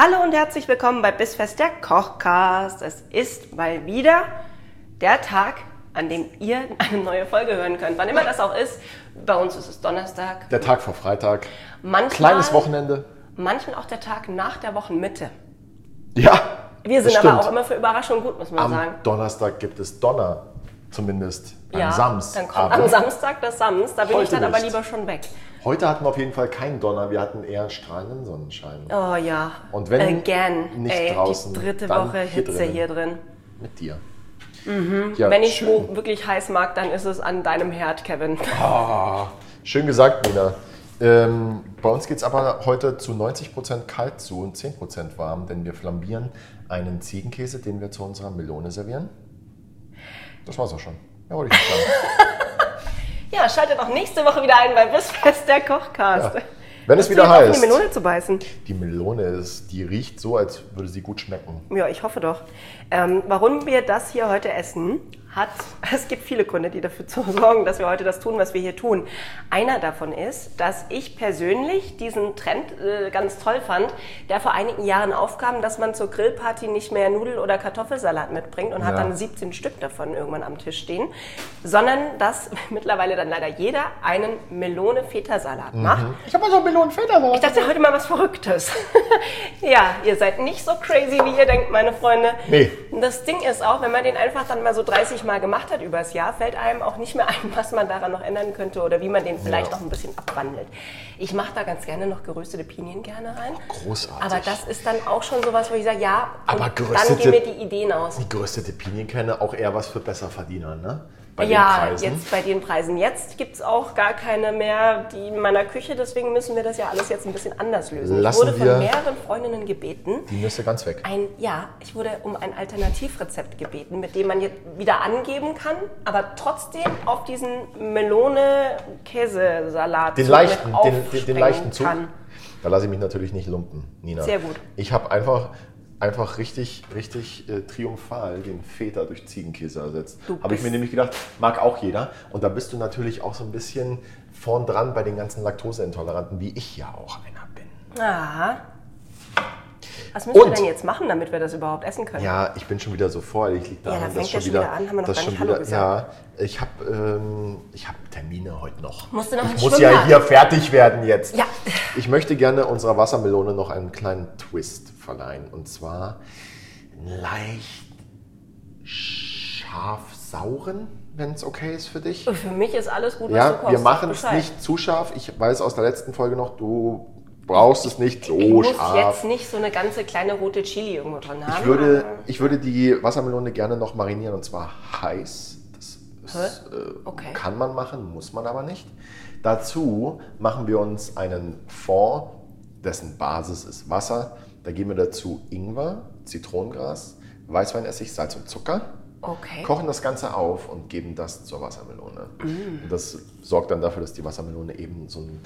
Hallo und herzlich willkommen bei Bissfest, der Kochcast. Es ist mal wieder der Tag, an dem ihr eine neue Folge hören könnt. Wann immer das auch ist, bei uns ist es Donnerstag. Der Tag vor Freitag. Manchmal, Kleines Wochenende. Manchmal auch der Tag nach der Wochenmitte. Ja. Wir das sind aber stimmt. auch immer für Überraschungen gut, muss man Am sagen. Donnerstag gibt es Donner. Zumindest am Ja, Samstag. Dann kommt am Samstag das Sams, da bin Heute ich dann aber nicht. lieber schon weg. Heute hatten wir auf jeden Fall keinen Donner. Wir hatten eher strahlenden Sonnenschein. Oh ja. Und wenn Again. nicht Ey, draußen, die dritte dann Woche hier Hitze drinnen. hier drin. Mhm. Mit dir. Ja, Wenn ich schön, wo wirklich heiß mag, dann ist es an deinem Herd, Kevin. Ah, schön gesagt, Nina. Ähm, bei uns geht es aber heute zu 90% kalt zu und 10% warm, denn wir flambieren einen Ziegenkäse, den wir zu unserer Melone servieren. Das war's auch schon. Ja, wollte ich nicht sagen. Ja, schaltet auch nächste Woche wieder ein bei Bissfest der Kochcast. Ja. Wenn es Hast du jetzt wieder auf, heißt. Eine Melone zu beißen. Die Melone ist, die riecht so, als würde sie gut schmecken. Ja, ich hoffe doch. Ähm, warum wir das hier heute essen, hat. Es gibt viele Gründe, die dafür zu sorgen, dass wir heute das tun, was wir hier tun. Einer davon ist, dass ich persönlich diesen Trend äh, ganz toll fand, der vor einigen Jahren aufkam, dass man zur Grillparty nicht mehr Nudel- oder Kartoffelsalat mitbringt und hat Ja. dann 17 Stück davon irgendwann am Tisch stehen, sondern dass mittlerweile dann leider jeder einen Melone-Feta-Salat Mhm. macht. Ich habe mal so einen Melonenfeder. Ich dachte heute mal was Verrücktes. ja, ihr seid nicht so crazy, wie ihr denkt, meine Freunde. Nee. Das Ding ist auch, wenn man den einfach dann mal so 30 Mal gemacht hat übers Jahr, fällt einem auch nicht mehr ein, was man daran noch ändern könnte oder wie man den vielleicht Ja. noch ein bisschen abwandelt. Ich mache da ganz gerne noch geröstete Pinien gerne rein. Großartig. Aber das ist dann auch schon sowas, wo ich sage, ja, und Aber dann geröstete- gehen mir die Ideen aus. die größte Pinienkerne auch eher was für Besserverdiener, ne? Bei den ja, Preisen. jetzt bei den Preisen. Jetzt gibt es auch gar keine mehr, die in meiner Küche, deswegen müssen wir das ja alles jetzt ein bisschen anders lösen. Lassen ich wurde wir- von mehreren Freundinnen gebeten, Die Nüsse ganz weg. ein, ja, ich wurde um ein Alternativrezept gebeten, mit dem man jetzt wieder angeben kann, aber trotzdem auf diesen Melone-Käsesalat Den so leichten, mit den, den, den aufsprengen leichten Zug. kann. Da lasse ich mich natürlich nicht lumpen, Nina. Sehr gut. Ich habe einfach, einfach richtig, richtig äh, triumphal den Feta durch Ziegenkäse ersetzt. Du Habe ich bist- mir nämlich gedacht, mag auch jeder. Und da bist du natürlich auch so ein bisschen vorn dran bei den ganzen Laktoseintoleranten, wie ich ja auch einer bin. Aha. Ah. Was müssen wir Und- denn jetzt machen, damit wir das überhaupt essen können? Ja, ich bin schon wieder so voll. Ich liege Ja, daran, da fängt ja schon wieder an, haben wir noch dass gar schon nicht Hallo wieder, ja, ich habe ähm, ich hab Termine heute noch. Musst du noch ins ich muss ja Schwimmbad? hier fertig werden jetzt. Ja. Ich möchte gerne unserer Wassermelone noch einen kleinen Twist verleihen. Und zwar einen leicht scharf-sauren, wenn es okay ist für dich. Für mich ist alles gut, was du Ja, kochst. wir machen es Bescheid. nicht zu scharf. Ich weiß aus der letzten Folge noch, du brauchst es nicht so Ich muss scharf. jetzt nicht so eine ganze kleine rote Chili irgendwo drin haben. Ich würde, ich würde die Wassermelone gerne noch marinieren und zwar heiß. Das ist, Hä? äh, Okay. kann man machen, muss man aber nicht. Dazu machen wir uns einen Fond, dessen Basis ist Wasser. Da geben wir dazu Ingwer, Zitronengras, Weißweinessig, Salz und Zucker. Okay. Kochen das Ganze auf und geben das zur Wassermelone. Mm. Und das sorgt dann dafür, dass die Wassermelone eben so einen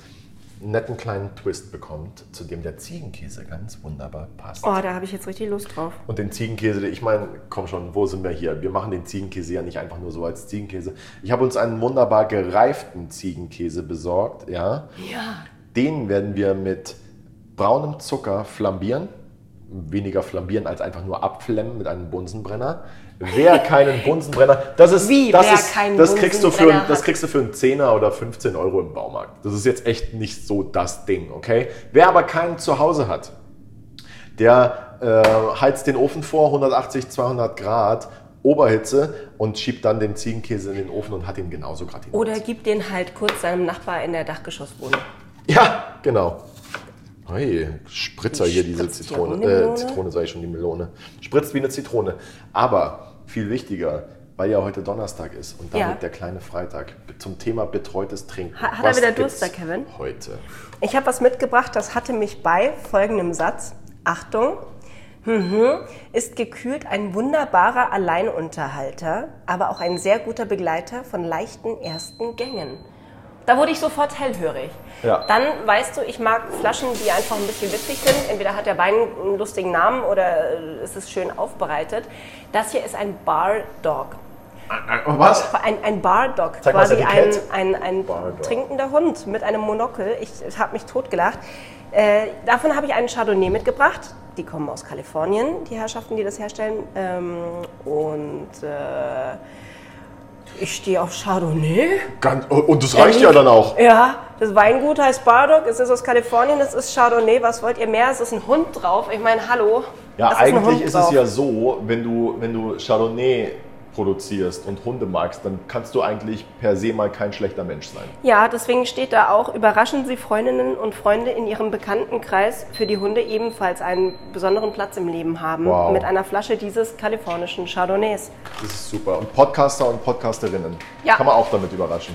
netten kleinen Twist bekommt, zu dem der Ziegenkäse ganz wunderbar passt. Oh, da habe ich jetzt richtig Lust drauf. Und den Ziegenkäse, ich meine, komm schon, wo sind wir hier? Wir machen den Ziegenkäse ja nicht einfach nur so als Ziegenkäse. Ich habe uns einen wunderbar gereiften Ziegenkäse besorgt, ja. Ja. Den werden wir mit braunem Zucker flambieren. Weniger flambieren als einfach nur abflemmen mit einem Bunsenbrenner. Wer keinen Bunsenbrenner, das ist, Wie, das wer ist, keinen das kriegst du für, Bunsenbrenner ein- das hat? kriegst du für einen Zehner oder 15 Euro im Baumarkt. Das ist jetzt echt nicht so das Ding, okay? Wer aber keinen zu Hause hat, der äh, heizt den Ofen vor, 180, 200 Grad, Oberhitze und schiebt dann den Ziegenkäse in den Ofen und hat ihn genauso gratiniert. Oder gib den halt kurz seinem Nachbar in der Dachgeschosswohnung. Ja, genau. Hey, Spritzer hier, diese Spritzt hier Zitrone. ohne Melone? Äh, Zitrone sei schon die Melone. Spritzt wie eine Zitrone. Aber viel wichtiger, weil ja heute Donnerstag ist und damit Ja. der kleine Freitag zum Thema betreutes Trinken. Ha- hat er wieder Durst, gibt's der Kevin? Heute. Ich habe was mitgebracht, das hatte mich bei folgendem Satz. Achtung, mhm, ist gekühlt ein wunderbarer Alleinunterhalter, aber auch ein sehr guter Begleiter von leichten ersten Gängen. Da wurde ich sofort hellhörig. Ja. Dann weißt du, ich mag Flaschen, die einfach ein bisschen witzig sind. Entweder hat der Wein einen lustigen Namen oder äh, es ist schön aufbereitet. Das hier ist ein Bar Dog. Aber Äh, was? Ein, ein Bar Dog, Zeig mal das quasi ein, Etikett. ein, ein Bar Dog. trinkender Hund mit einem Monokel. Ich, habe mich totgelacht. Äh, davon habe ich einen Chardonnay mitgebracht. Die kommen aus Kalifornien, die Herrschaften, die das herstellen. Ähm, und äh, ich stehe auf Chardonnay. Ganz, oh, und das reicht ja dann auch. Ja, das Weingut heißt Bardock, es ist aus Kalifornien, es ist Chardonnay. Was wollt ihr mehr? Es ist ein Hund drauf. Ich meine, hallo. Ja, das ein eigentlich Hund ist es drauf. ja so, wenn du, wenn du Chardonnay produzierst und Hunde magst, dann kannst du eigentlich per se mal kein schlechter Mensch sein. Ja, deswegen steht da auch, überraschen Sie Freundinnen und Freunde in Ihrem Bekanntenkreis, für die Hunde ebenfalls einen besonderen Platz im Leben haben, Wow. mit einer Flasche dieses kalifornischen Chardonnays. Das ist super. Und Podcaster und Podcasterinnen Ja. kann man auch damit überraschen.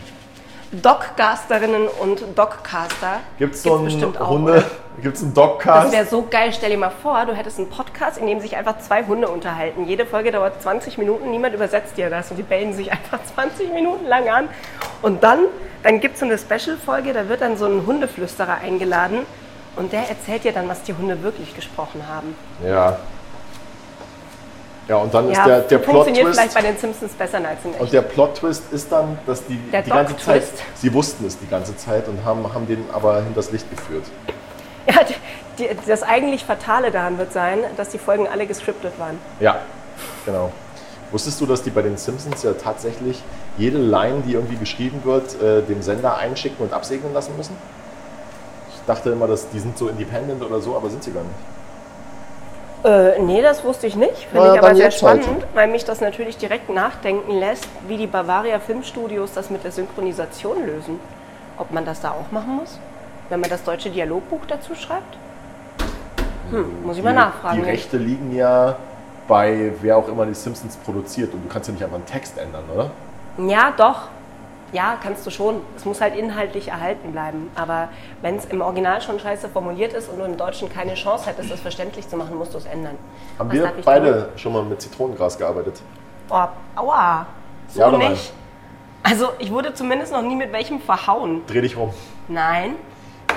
Dogcasterinnen und Dogcaster Gibt es so gibt's einen bestimmt auch, Hunde, oder? gibt es einen Das Dogcast? wäre so geil. Stell dir mal vor, du hättest einen Podcast, in dem sich einfach zwei Hunde unterhalten. Jede Folge dauert 20 Minuten, niemand übersetzt dir das und die bellen sich einfach 20 Minuten lang an. Und dann, dann gibt es so eine Special-Folge, da wird dann so ein Hundeflüsterer eingeladen und der erzählt dir dann, was die Hunde wirklich gesprochen haben. Ja. Ja, und dann ist ja, der, der funktioniert vielleicht bei Plot-Twist. den Simpsons besser als in echt. Und der Plot-Twist ist dann, dass die, Der die ganze Zeit, Dog-Twist. sie wussten es die ganze Zeit und haben, haben den aber hinters Licht geführt. Ja, die, die, das eigentlich Fatale daran wird sein, dass die Folgen alle gescriptet waren. Ja, genau. Wusstest du, dass die bei den Simpsons ja tatsächlich jede Line, die irgendwie geschrieben wird, äh, dem Sender einschicken und absegnen lassen müssen? Ich dachte immer, dass die sind so independent oder so, aber sind sie gar nicht. Äh, nee, das wusste ich nicht. Finde Na ja, ich aber dann sehr jetzt halt. spannend, weil mich das natürlich direkt nachdenken lässt, wie die Bavaria Filmstudios das mit der Synchronisation lösen. Ob man das da auch machen muss, wenn man das deutsche Dialogbuch dazu schreibt? Hm, muss ich mal die, nachfragen. Die Rechte liegen ja bei wer auch immer die Simpsons produziert und du kannst ja nicht einfach einen Text ändern, oder? Ja, doch. Ja, kannst du schon. Es muss halt inhaltlich erhalten bleiben. Aber wenn es im Original schon scheiße formuliert ist und du im Deutschen keine Chance hättest, das verständlich zu machen, musst du es ändern. Haben Was wir darf ich tun? beide schon mal mit Zitronengras gearbeitet? Oh, aua. So Ja oder nein? nicht. Also ich wurde zumindest noch nie mit welchem verhauen. Dreh dich rum. Nein.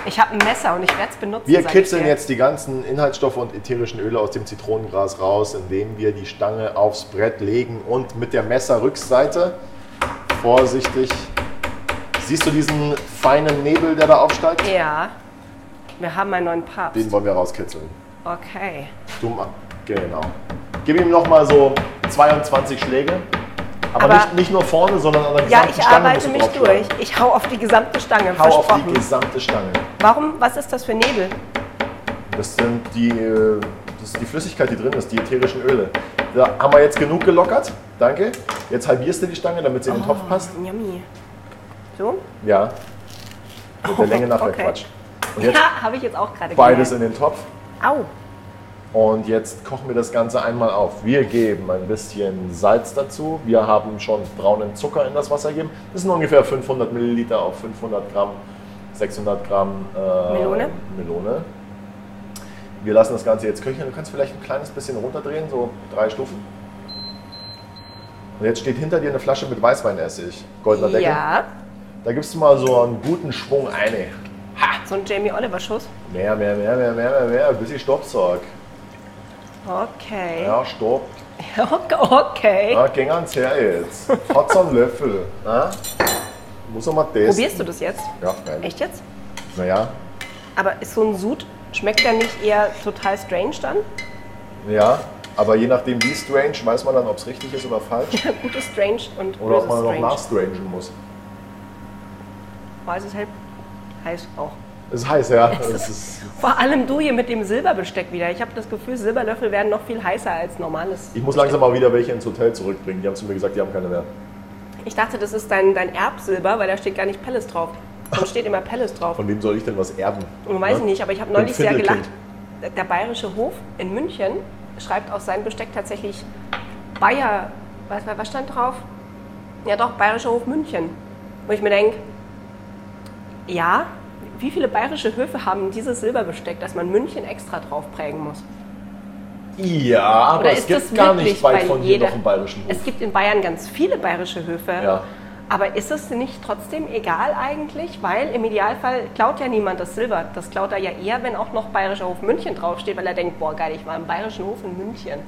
Ich habe ein Messer und ich werde es benutzen. Wir sag ich kitzeln dir. jetzt die ganzen Inhaltsstoffe und ätherischen Öle aus dem Zitronengras raus, indem wir die Stange aufs Brett legen und mit der Messerrückseite vorsichtig. Siehst du diesen feinen Nebel, der da aufsteigt? Ja. Wir haben einen neuen Papst. Den wollen wir rauskitzeln. Okay. Du ma- genau. Gib ihm nochmal so 22 Schläge. Aber, Aber- nicht, nicht nur vorne, sondern an der Ja, gesamten ich Stange arbeite musst du mich durch. draufschlagen. Ich hau auf die gesamte Stange. Hau auf die versprochen. gesamte Stange. Warum? Was ist das für Nebel? Das sind die, äh, das ist die Flüssigkeit, die drin ist, die ätherischen Öle. Da haben wir jetzt genug gelockert. Danke. Jetzt halbierst du die Stange, damit sie in den Oh. Topf passt. Yummy. So? Ja. Mit der Länge nach Oh, okay. der Quatsch. Und jetzt Ja, habe ich jetzt auch gerade beides in gemerkt. den Topf. Au. Und jetzt kochen wir das Ganze einmal auf. Wir geben ein bisschen Salz dazu. Wir haben schon braunen Zucker in das Wasser gegeben. Das sind ungefähr 500 Milliliter auf 500 Gramm, 600 Gramm äh, Melone. Melone. Wir lassen das Ganze jetzt köcheln. Du kannst vielleicht ein kleines bisschen runterdrehen, so drei Stufen. Und jetzt steht hinter dir eine Flasche mit Weißweinessig, goldener Deckel. Ja. Da gibst du mal so einen guten Schwung eine. So ein Jamie Oliver-Schuss. Mehr, mehr, mehr, mehr, mehr, mehr, mehr, bis ich Stopp sag. Okay. Ja, Stopp. Okay. Ja, geh ans her jetzt. Hat's einen Löffel. Ne? Muss er mal testen. Probierst du das jetzt? Ja, freilich. Echt jetzt? Naja, Aber ist so ein Sud, schmeckt der nicht eher total strange dann? ja. Aber je nachdem, wie strange, weiß man dann, ob es richtig ist oder falsch. Gutes Strange und Oder böses ob man noch Strange. nachstrangen muss. Boah, es ist halt heiß auch. Es ist heiß, ja. Es ist, Vor allem du hier mit dem Silberbesteck wieder. Ich habe das Gefühl, Silberlöffel werden noch viel heißer als normales. ich muss langsam mal wieder welche ins Hotel zurückbringen. Die haben zu mir gesagt, die haben keine mehr. Ich dachte, das ist dein, dein Erbsilber, weil da steht gar nicht Palace drauf. Da steht immer Palace drauf. Von wem soll ich denn was erben? Und weiß ich Ne? nicht, aber ich habe Bin neulich sehr Findelkind. gelacht. Der Bayerische Hof in München schreibt auf sein Besteck tatsächlich Bayer. Was, was stand drauf? Ja, doch, Bayerischer Hof München. Wo ich mir denke, ja, Wie viele bayerische Höfe haben dieses Silberbesteck, dass man München extra drauf prägen muss? Ja, aber Oder es ist gibt das gar wirklich nicht weit bei von hier jeder- noch einen bayerischen Hof. Es gibt in Bayern ganz viele bayerische Höfe. Ja. Aber ist es nicht trotzdem egal eigentlich? Weil im Idealfall klaut ja niemand das Silber. Das klaut er ja eher, wenn auch noch Bayerischer Hof München draufsteht, weil er denkt, boah geil, ich war im Bayerischen Hof in München.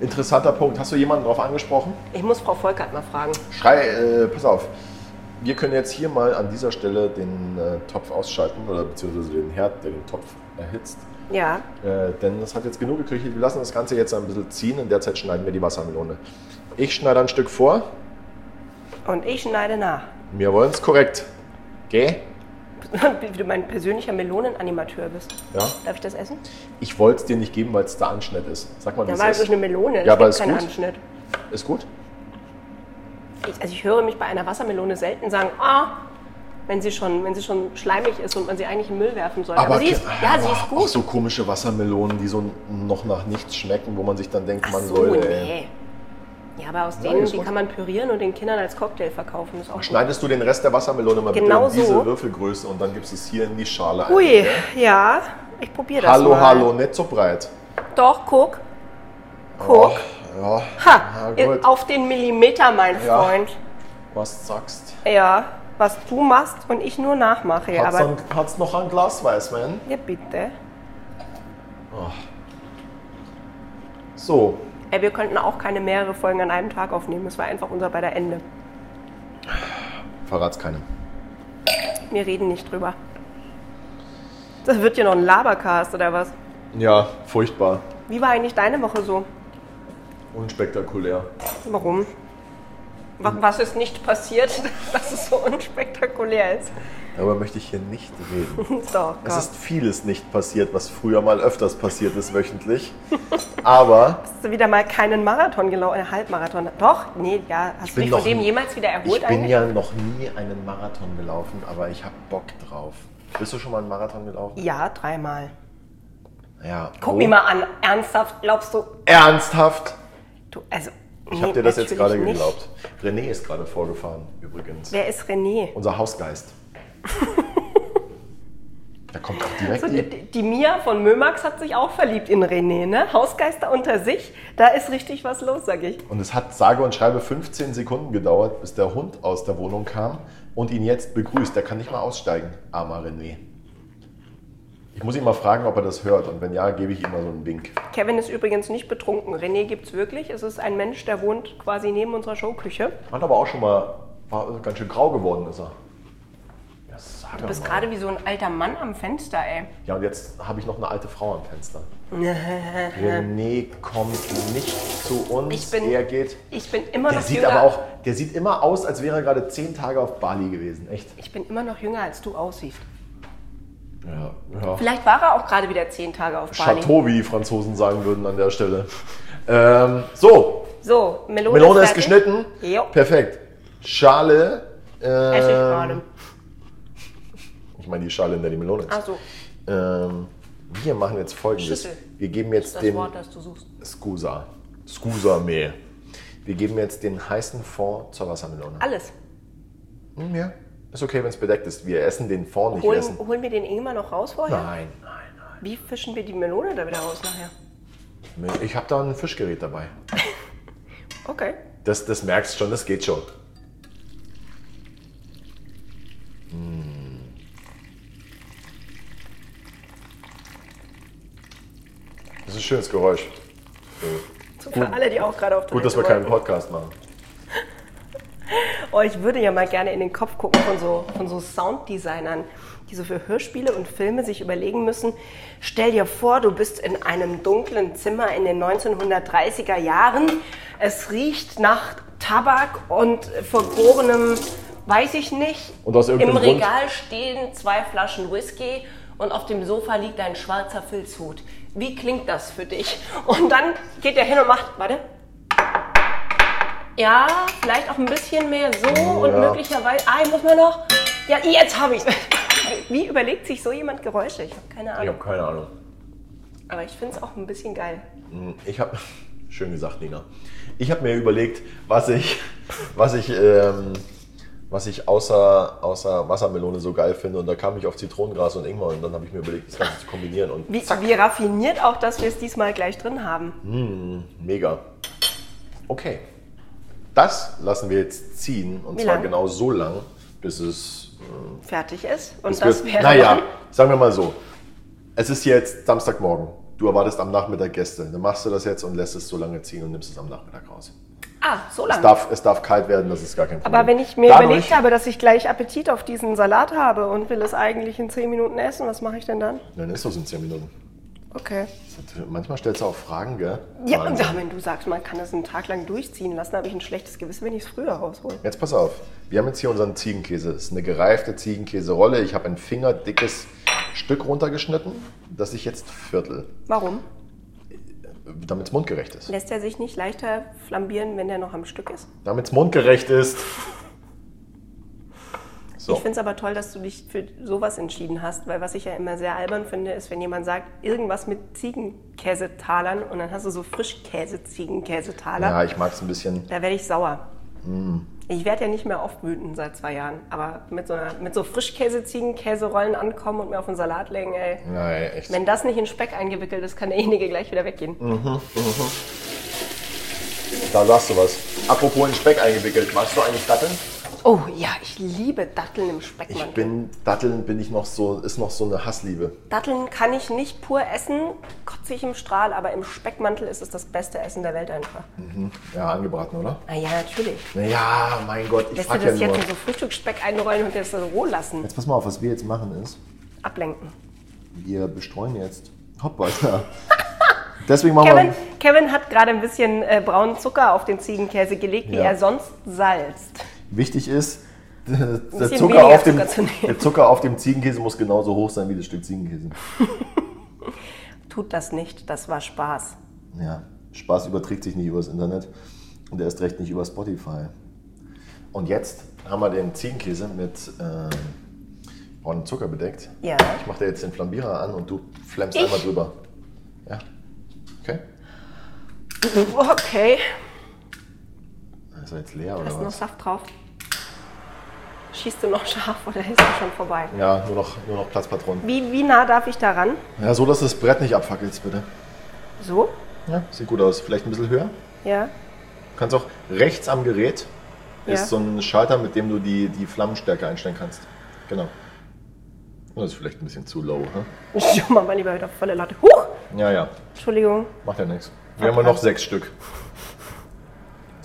Interessanter Punkt. Hast du jemanden drauf angesprochen? Ich muss Frau Volkert mal fragen. Schrei, äh, pass auf. Wir können jetzt hier mal an dieser Stelle den äh, Topf ausschalten oder beziehungsweise den Herd, der den Topf erhitzt. Ja, Äh, denn das hat jetzt genug geküchelt. Wir lassen das Ganze jetzt ein bisschen ziehen. In der Zeit schneiden wir die Wassermelone. Ich schneide ein Stück vor. und ich schneide nach. Wir wollen es korrekt. Geh? Wie du mein persönlicher Melonenanimateur bist. Ja. Darf ich das essen? Ich wollte es dir nicht geben, weil es der Anschnitt ist. Sag mal, wie Ja, weil es es ist ist. eine Melone. Ja, aber es ist gibt keinen gut. Anschnitt. Ist gut? Ich, also ich höre mich bei einer Wassermelone selten sagen, ah, wenn sie schon, wenn sie schon schleimig ist und man sie eigentlich in den Müll werfen sollte. Aber, sie ist, ja, sie ist Auch gut. so komische Wassermelonen, die so noch nach nichts schmecken, wo man sich dann denkt, Ach man so, soll. äh, Ey. nee. Ja, aber aus Ja, denen, ist die gut. kann man pürieren und den Kindern als Cocktail verkaufen. Ist auch gut. Schneidest du den Rest der Wassermelone mal Genau bitte in diese so. Würfelgröße und dann gibst du es hier in die Schale ein. Ui, ja, ich probiere das Hallo, mal. hallo, nicht so breit. Doch, guck, guck. Ja, ha, na gut. auf den Millimeter, mein Ja. Freund. was sagst? Ja, was du machst und ich nur nachmache. Hat's, aber ein, hat's noch ein Glas Weißwein? ja, bitte. So, Ey, wir könnten auch keine mehrere Folgen an einem Tag aufnehmen. Das war einfach unser beider Ende. verrat's keinem. Wir reden nicht drüber. Das wird hier noch ein Labercast oder was? Ja, furchtbar. Wie war eigentlich deine Woche so? Unspektakulär. Warum? Wa- Hm. Was ist nicht passiert, dass es so unspektakulär ist? Darüber möchte ich hier nicht reden. Doch, Es ja. ist vieles nicht passiert, was früher mal öfters passiert ist wöchentlich. Aber Hast du wieder mal keinen Marathon gelaufen, einen Halbmarathon? Doch, nee, ja. Hast du dich von dem jemals wieder erholt Ich bin ja noch nie einen Marathon gelaufen, aber ich habe Bock drauf. Bist du schon mal einen Marathon gelaufen? ja, dreimal. Ja. Guck wo? mich mal an, ernsthaft glaubst du, Ernsthaft? du also Ich nee, habe dir das jetzt natürlich gerade nicht. geglaubt. René ist gerade vorgefahren, übrigens. Wer ist René? Unser Hausgeist. da kommt auch direkt So, die, die, die Mia von Mömax hat sich auch verliebt in René, ne? Hausgeister unter sich, da ist richtig was los, sag ich. Und es hat sage und schreibe 15 Sekunden gedauert, bis der Hund aus der Wohnung kam und ihn jetzt begrüßt. Der kann nicht mal aussteigen, armer René. Ich muss ihn mal fragen, ob er das hört. Und wenn ja, gebe ich ihm mal so einen Wink. Kevin ist übrigens nicht betrunken. René gibt's wirklich. Es ist ein Mensch, der wohnt quasi neben unserer Showküche. Hat aber auch schon mal war ganz schön grau geworden, ist er. Ja, sag Du bist mal. gerade wie so ein alter Mann am Fenster, ey. Ja, und jetzt habe ich noch eine alte Frau am Fenster. René kommt nicht zu uns. Ich bin- er geht. Ich bin immer Der noch sieht jünger. aber auch, der sieht immer aus, als wäre er gerade zehn Tage auf Bali gewesen. Echt? ich bin immer noch jünger, als du aussiehst. Ja, ja. Vielleicht war er auch gerade wieder zehn Tage auf Bali. Chateau, wie die Franzosen sagen würden an der Stelle. Ähm, so, So, Melone, Melone ist fertig. geschnitten. Jo, Perfekt. Schale. Ähm, esse ich gerade. Ich meine die Schale, in der die Melone ist. Ach so, Ähm, wir machen jetzt folgendes. Schüssel. Wir geben jetzt das dem Wort, das du suchst. Scusa. Scusa-Mehl. Wir geben jetzt den heißen Fond zur Wassermelone. Alles. Hm, ja. Ist okay, wenn es bedeckt ist. Wir essen den Fond nicht. Wir Holen, essen. holen wir den Ingwer noch raus vorher? Nein, nein, nein. Wie fischen wir die Melone da wieder raus nachher? Ich habe da ein Fischgerät dabei. Okay. Das, das merkst schon, das geht schon. Hm. Das ist ein schönes Geräusch. So für alle, die auch gerade auf Gut, dass wir Toilette keinen Podcast machen. Oh, ich würde ja mal gerne in den Kopf gucken von so, von so Sounddesignern, die so für Hörspiele und Filme sich überlegen müssen, stell dir vor, du bist in einem dunklen Zimmer in den 1930er Jahren, es riecht nach Tabak und vergorenem, weiß ich nicht, Und aus im irgendeinem Grund- Regal stehen zwei Flaschen Whisky und auf dem Sofa liegt ein schwarzer Filzhut. Wie klingt das für dich? Und dann geht er hin und macht, warte, ja, vielleicht auch ein bisschen mehr so und ja. möglicherweise. Ah, ich muss mal noch. Ja, jetzt habe ich Wie überlegt sich so jemand Geräusche? Ich habe keine Ich Ahnung. habe keine Ahnung. Aber ich finde es auch ein bisschen geil. Hm, Ich habe, schön gesagt, Nina. Ich habe mir überlegt, was ich, was ich ähm, was ich außer, außer Wassermelone so geil finde. Und da kam ich auf Zitronengras und Ingwer und dann habe ich mir überlegt, das Ganze zu kombinieren. Und Wie, wie raffiniert auch, dass wir es diesmal gleich drin haben. mega. Okay. Das lassen wir jetzt ziehen. Und Wie zwar lang? genau so lang, bis es Fertig ist. Und Es das wird- wäre. naja, sagen wir mal so. Es ist jetzt Samstagmorgen. Du erwartest am Nachmittag Gäste. Dann machst du das jetzt und lässt es so lange ziehen und nimmst es am Nachmittag raus. Ah, so Es lange. darf, es darf kalt werden, das ist gar kein Problem. Aber wenn ich mir Dadurch- überlegt habe, dass ich gleich Appetit auf diesen Salat habe und will es eigentlich in 10 Minuten essen, was mache ich denn dann? Dann ist das in 10 Minuten. Okay. Das hat- Manchmal stellst du auch Fragen, gell? Ja, Wahnsinn. ja, wenn du sagst, man kann das einen Tag lang durchziehen lassen, habe ich ein schlechtes Gewissen, wenn ich es früher raushole. Jetzt pass auf. Wir haben jetzt hier unseren Ziegenkäse. Das ist eine gereifte Ziegenkäserolle. Ich habe ein fingerdickes Stück runtergeschnitten, das ich jetzt viertel, Warum? damit es mundgerecht ist. Lässt er sich nicht leichter flambieren, wenn der noch am Stück ist? Damit es mundgerecht ist. So. Ich finde es aber toll, dass du dich für sowas entschieden hast, weil was ich ja immer sehr albern finde, ist, wenn jemand sagt, irgendwas mit Ziegenkäsetalern und dann hast du so Frischkäse-Ziegenkäsetaler. ja, Mm. ich mag es ein bisschen. Da werde ich sauer. Ich werde ja nicht mehr oft wütend seit zwei Jahren. Aber mit so, einer, mit so Frischkäse, Ziegenkäserollen ankommen und mir auf den Salat legen, ey. Nein, echt. Wenn das nicht in Speck eingewickelt ist, kann derjenige gleich wieder weggehen. Mm. Da sagst du was. Apropos in Speck eingewickelt, machst du eigentlich Datteln? Oh ja, ich liebe Datteln im Ich Speckmantel. bin, Datteln bin ich noch so, ist noch so eine Hassliebe. Datteln kann ich nicht pur essen, kotze ich im Strahl, aber im Speckmantel ist es das beste Essen der Welt einfach. Ja, angebraten, oder? Na ja, natürlich. Ja, mein Gott, ich Lässt du frag ja das jetzt nur. in so Frühstücksspeck einrollen und das so roh lassen? Jetzt pass mal auf, was wir jetzt machen ist, Ablenken. wir bestreuen jetzt Hoppweiler. Deswegen machen Kevin, wir... Kevin hat gerade ein bisschen äh, braunen Zucker auf den Ziegenkäse gelegt, wie Ja. er sonst salzt. Wichtig ist, der bisschen Zucker, weniger auf dem, Zucker zu nehmen. der Zucker auf dem Ziegenkäse muss genauso hoch sein wie das Stück Ziegenkäse. Tut das nicht, das war Spaß. Ja, Spaß überträgt sich nicht übers Internet und erst recht nicht über Spotify. Und jetzt haben wir den Ziegenkäse mit ähm, braunem Zucker bedeckt. Ja. Ich mache dir jetzt den Flambierer an und du flammst Ich? einmal drüber. Ja. Okay. Okay. Ist er jetzt leer Hast oder du noch was? Saft drauf? Schießt du noch scharf oder ist es schon vorbei? Ja, nur noch, nur noch Platzpatronen. Wie, wie nah darf ich daran? Ja, so, dass das Brett nicht abfackelst, bitte. So? Ja, sieht gut aus. Vielleicht ein bisschen höher. Ja. Du kannst auch rechts am Gerät Ja. ist so ein Schalter, mit dem du die, die Flammenstärke einstellen kannst. Genau. Das ist vielleicht ein bisschen zu low, ne? Schau mal, mein Lieber, wieder volle Latte. Huch! Ja, ja. Entschuldigung. Macht ja nichts. Wir haben ja noch sechs Stück.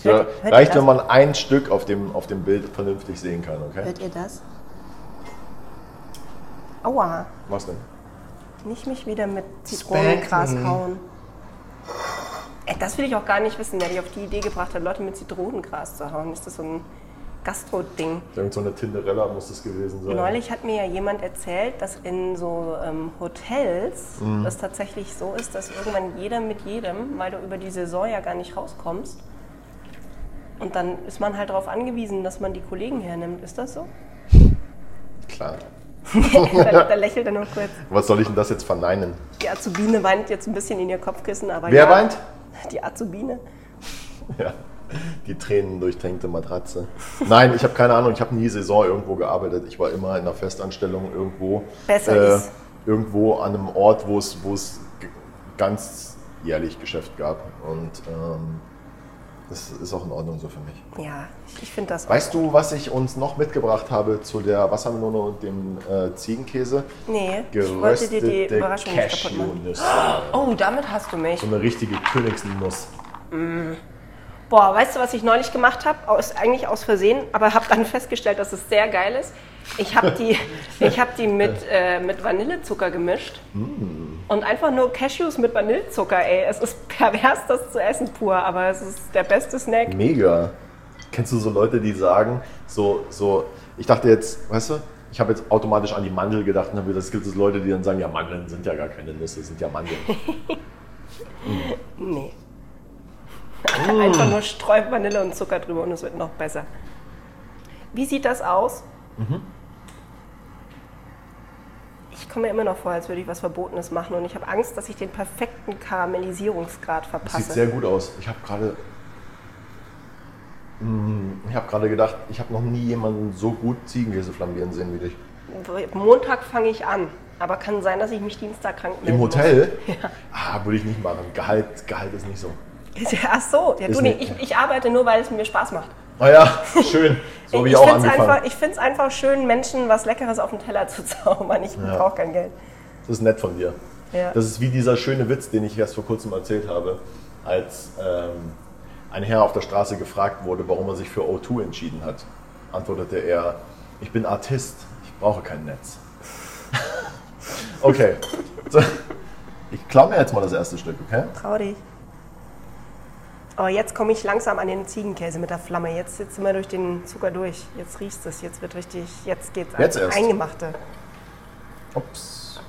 Ja, hört reicht, ihr das? wenn man ein Stück auf dem, auf dem Bild vernünftig sehen kann, okay? Hört ihr das? Aua. Was denn? Nicht mich wieder mit Zitronengras Spanken. hauen. Ey, das will ich auch gar nicht wissen, wer dich auf die Idee gebracht hat, Leute mit Zitronengras zu hauen. Ist das so ein Gastro-Ding? Irgend so eine Tinderella muss das gewesen sein. Neulich hat mir ja jemand erzählt, dass in so ähm, Hotels Mhm. das tatsächlich so ist, dass irgendwann jeder mit jedem, weil du über die Saison ja gar nicht rauskommst. Und dann ist man halt darauf angewiesen, dass man die Kollegen hernimmt. Ist das so? Klar. da, da lächelt er nur kurz. Was soll ich denn das jetzt verneinen? Die Azubine weint jetzt ein bisschen in ihr Kopfkissen, aber Wer ja, weint? Die Azubine. Ja. Die Tränen durchtränkte Matratze. Nein, ich habe keine Ahnung. Ich habe nie Saison irgendwo gearbeitet. Ich war immer in einer Festanstellung irgendwo. Äh, Besser ist. Irgendwo an einem Ort, wo es wo es g- ganz jährlich Geschäft gab. Und ähm, das ist auch in Ordnung so für mich. Ja, ich, ich finde das. Weißt du, was ich uns noch mitgebracht habe zu der Wassermelone und dem äh, Ziegenkäse? Nee, ich wollte dir die Geröstete Überraschung nicht kaputt machen. Cashew-Nuss. Oh, damit hast du mich. So eine richtige Königsnuss. Boah, weißt du, was ich neulich gemacht habe? Aus, eigentlich aus Versehen, aber habe dann festgestellt, dass es sehr geil ist. Ich habe die, ich hab die mit, äh, mit Vanillezucker gemischt. Und einfach nur Cashews mit Vanillezucker, ey. Es ist pervers, das zu essen pur, aber es ist der beste Snack. Mega. Kennst du so Leute, die sagen, so, so, ich dachte jetzt, weißt du, ich habe jetzt automatisch an die Mandel gedacht und habe gedacht, es gibt so Leute, die dann sagen, ja, Mandeln sind ja gar keine Nüsse, sind ja Mandeln. Nee. Hm. Einfach nur Streu, Vanille und Zucker drüber und es wird noch besser. Wie sieht das aus? Mhm. Ich komme mir immer noch vor, als würde ich was Verbotenes machen und ich habe Angst, dass ich den perfekten Karamellisierungsgrad Das sieht verpasse. sehr gut aus. Ich habe gerade. Mm, Ich habe gerade gedacht, ich habe noch nie jemanden so gut Ziegenkäse flambieren sehen wie dich. Montag fange ich an. Aber kann sein, dass ich mich Dienstag krank melde. Im Hotel? Ah, würde ich nicht machen. Gehalt, Gehalt ist nicht so. Ach so, ja, Ist du, nee, ich, nicht- ich arbeite nur, weil es mir Spaß macht. Naja, Ah schön. So habe ich, auch find's angefangen. Einfach, ich finde es einfach schön, Menschen was Leckeres auf den Teller zu zaubern. Ich brauche kein Geld. Das ist nett von dir. Ja. Das ist wie dieser schöne Witz, den ich erst vor kurzem erzählt habe, als ähm, ein Herr auf der Straße gefragt wurde, warum er sich für O2 entschieden hat. Antwortete er, ich bin Artist, ich brauche kein Netz. okay. So, ich klaue mir jetzt mal das erste Stück, okay? Trau dich. Oh, jetzt komme ich langsam an den Ziegenkäse mit der Flamme. Jetzt sitzen wir durch den Zucker durch. Jetzt riechst es. Jetzt wird richtig. Jetzt geht's ans Jetzt erst. Eingemachte. Ups.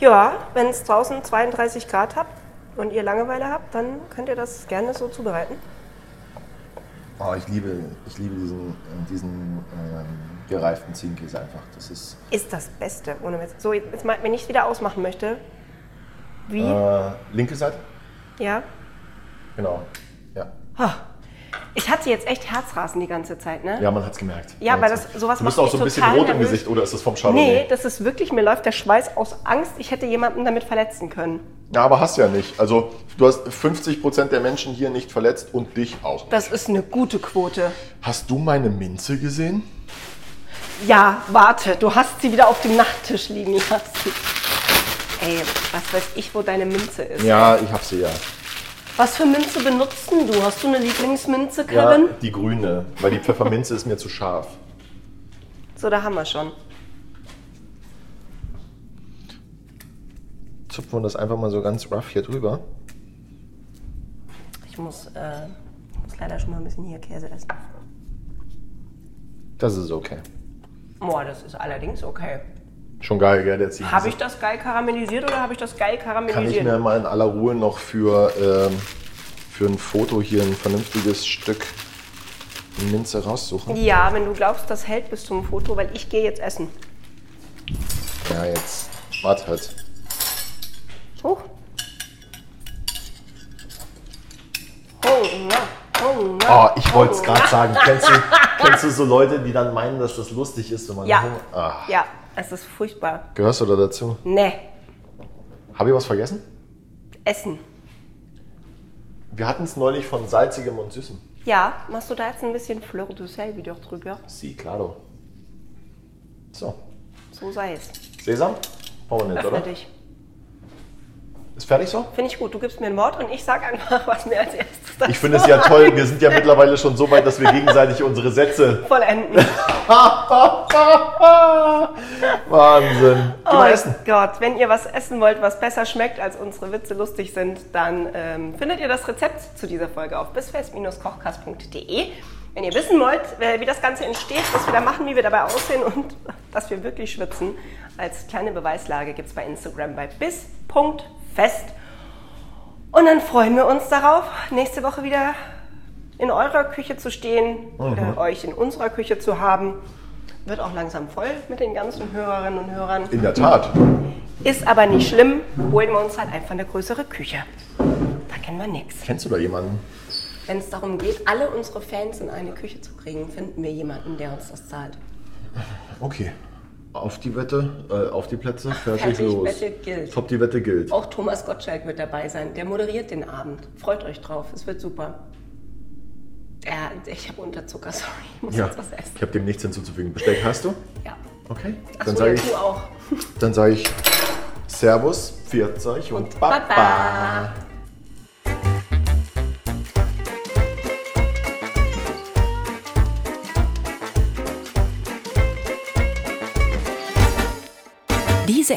Ja, wenn es draußen 32 Grad habt und ihr Langeweile habt, dann könnt ihr das gerne so zubereiten. Oh, ich liebe, ich liebe diesen, äh, diesen ähm, gereiften Ziegenkäse einfach. Das ist Ist das Beste, ohne Witz. So, jetzt mal, wenn ich es wieder ausmachen möchte. Wie? äh, linke Seite? Ja. Genau. Ja, Ah. Ich hatte jetzt echt Herzrasen die ganze Zeit, ne? ja man hat es gemerkt. Ja, Man weil hat's das- sowas gemerkt. Du bist macht auch so mich ein bisschen total rot im nervös. Gesicht oder ist das vom Nee, Chardonnay? das ist wirklich, mir läuft der Schweiß aus Angst, ich hätte jemanden damit verletzen können. Ja, aber hast ja nicht. Also du hast 50% der Menschen hier nicht verletzt und dich auch. Das ist eine gute Quote. Hast du meine Minze gesehen? Ja, warte, du hast sie wieder auf dem Nachttisch liegen lassen. Ey, was weiß ich, wo deine Minze ist? Ja, ich hab sie ja. Was für Minze benutzt denn du? Hast du eine Lieblingsminze, ja Kevin? die grüne, weil die Pfefferminze ist mir zu scharf. So, da haben wir schon. Zupfen wir das einfach mal so ganz rough hier drüber. Ich muss, äh, muss leider schon mal ein bisschen hier Käse essen. Das ist okay. Boah, das ist allerdings okay. Schon geil, gell, der Ziegenkäse. Habe ich das geil karamellisiert oder habe ich das geil Kann ich karamellisiert? mir mal in aller Ruhe noch für, ähm, für ein Foto hier ein vernünftiges Stück Minze raussuchen? ja, wenn du glaubst, das hält bis zum Foto, weil ich gehe jetzt essen. Ja, jetzt. Warte halt. Hoch. Hunger, Hunger. Oh, ich wollte es gerade sagen. Kennst du, kennst du so Leute, die dann meinen, dass das lustig ist, wenn man Ja. Hunger- Ah. Ja, es ist furchtbar. Gehörst du da dazu? Ne, Habe ich was vergessen? Essen. Wir hatten es neulich von salzigem und süßem. Ja, machst du da jetzt ein bisschen Fleur de Sel wieder drüber? Sie, claro. So, So sei es. Sesam? Brauchen wir nicht, Öffne oder? dich. Ist fertig so? Finde ich gut. Du gibst mir ein Wort und ich sag einfach, was mir als erstes dazu Ich finde es ja toll, wir sind ja mittlerweile schon so weit, dass wir gegenseitig unsere Sätze. vollenden. Wahnsinn. Geh Oh mal essen. Gott, wenn ihr was essen wollt, was besser schmeckt, als unsere Witze lustig sind, dann ähm, findet ihr das Rezept zu dieser Folge auf bisfest-kochkast.de. Wenn ihr wissen wollt, äh, wie das Ganze entsteht, was wir da machen, wie wir dabei aussehen und dass wir wirklich schwitzen, als kleine Beweislage gibt es bei Instagram bei bis.fest. Und dann freuen wir uns darauf, nächste Woche wieder in eurer Küche zu stehen, äh, euch in unserer Küche zu haben. Wird auch langsam voll mit den ganzen Hörerinnen und Hörern. In der Tat. Ist aber nicht schlimm, holen wir uns halt einfach eine größere Küche. Da kennen wir nichts. Kennst du da jemanden? Wenn es darum geht, alle unsere Fans in eine Küche zu kriegen, finden wir jemanden, der uns das zahlt. Okay. Auf die Wette, äh, auf die Plätze, fertig, Fertig, los. Wette gilt. Oh, Top, die Wette gilt. Auch Thomas Gottschalk wird dabei sein. Der moderiert den Abend. Freut euch drauf, es wird super. Ja, ich habe Unterzucker, sorry. Ich muss Ja, jetzt was essen. ich habe dem nichts hinzuzufügen. Besteck hast du? Ja. Okay. Ach Dann so, sage ja, ich, du auch. dann sage ich Servus, pfiat euch und, Baba. Baba. Diese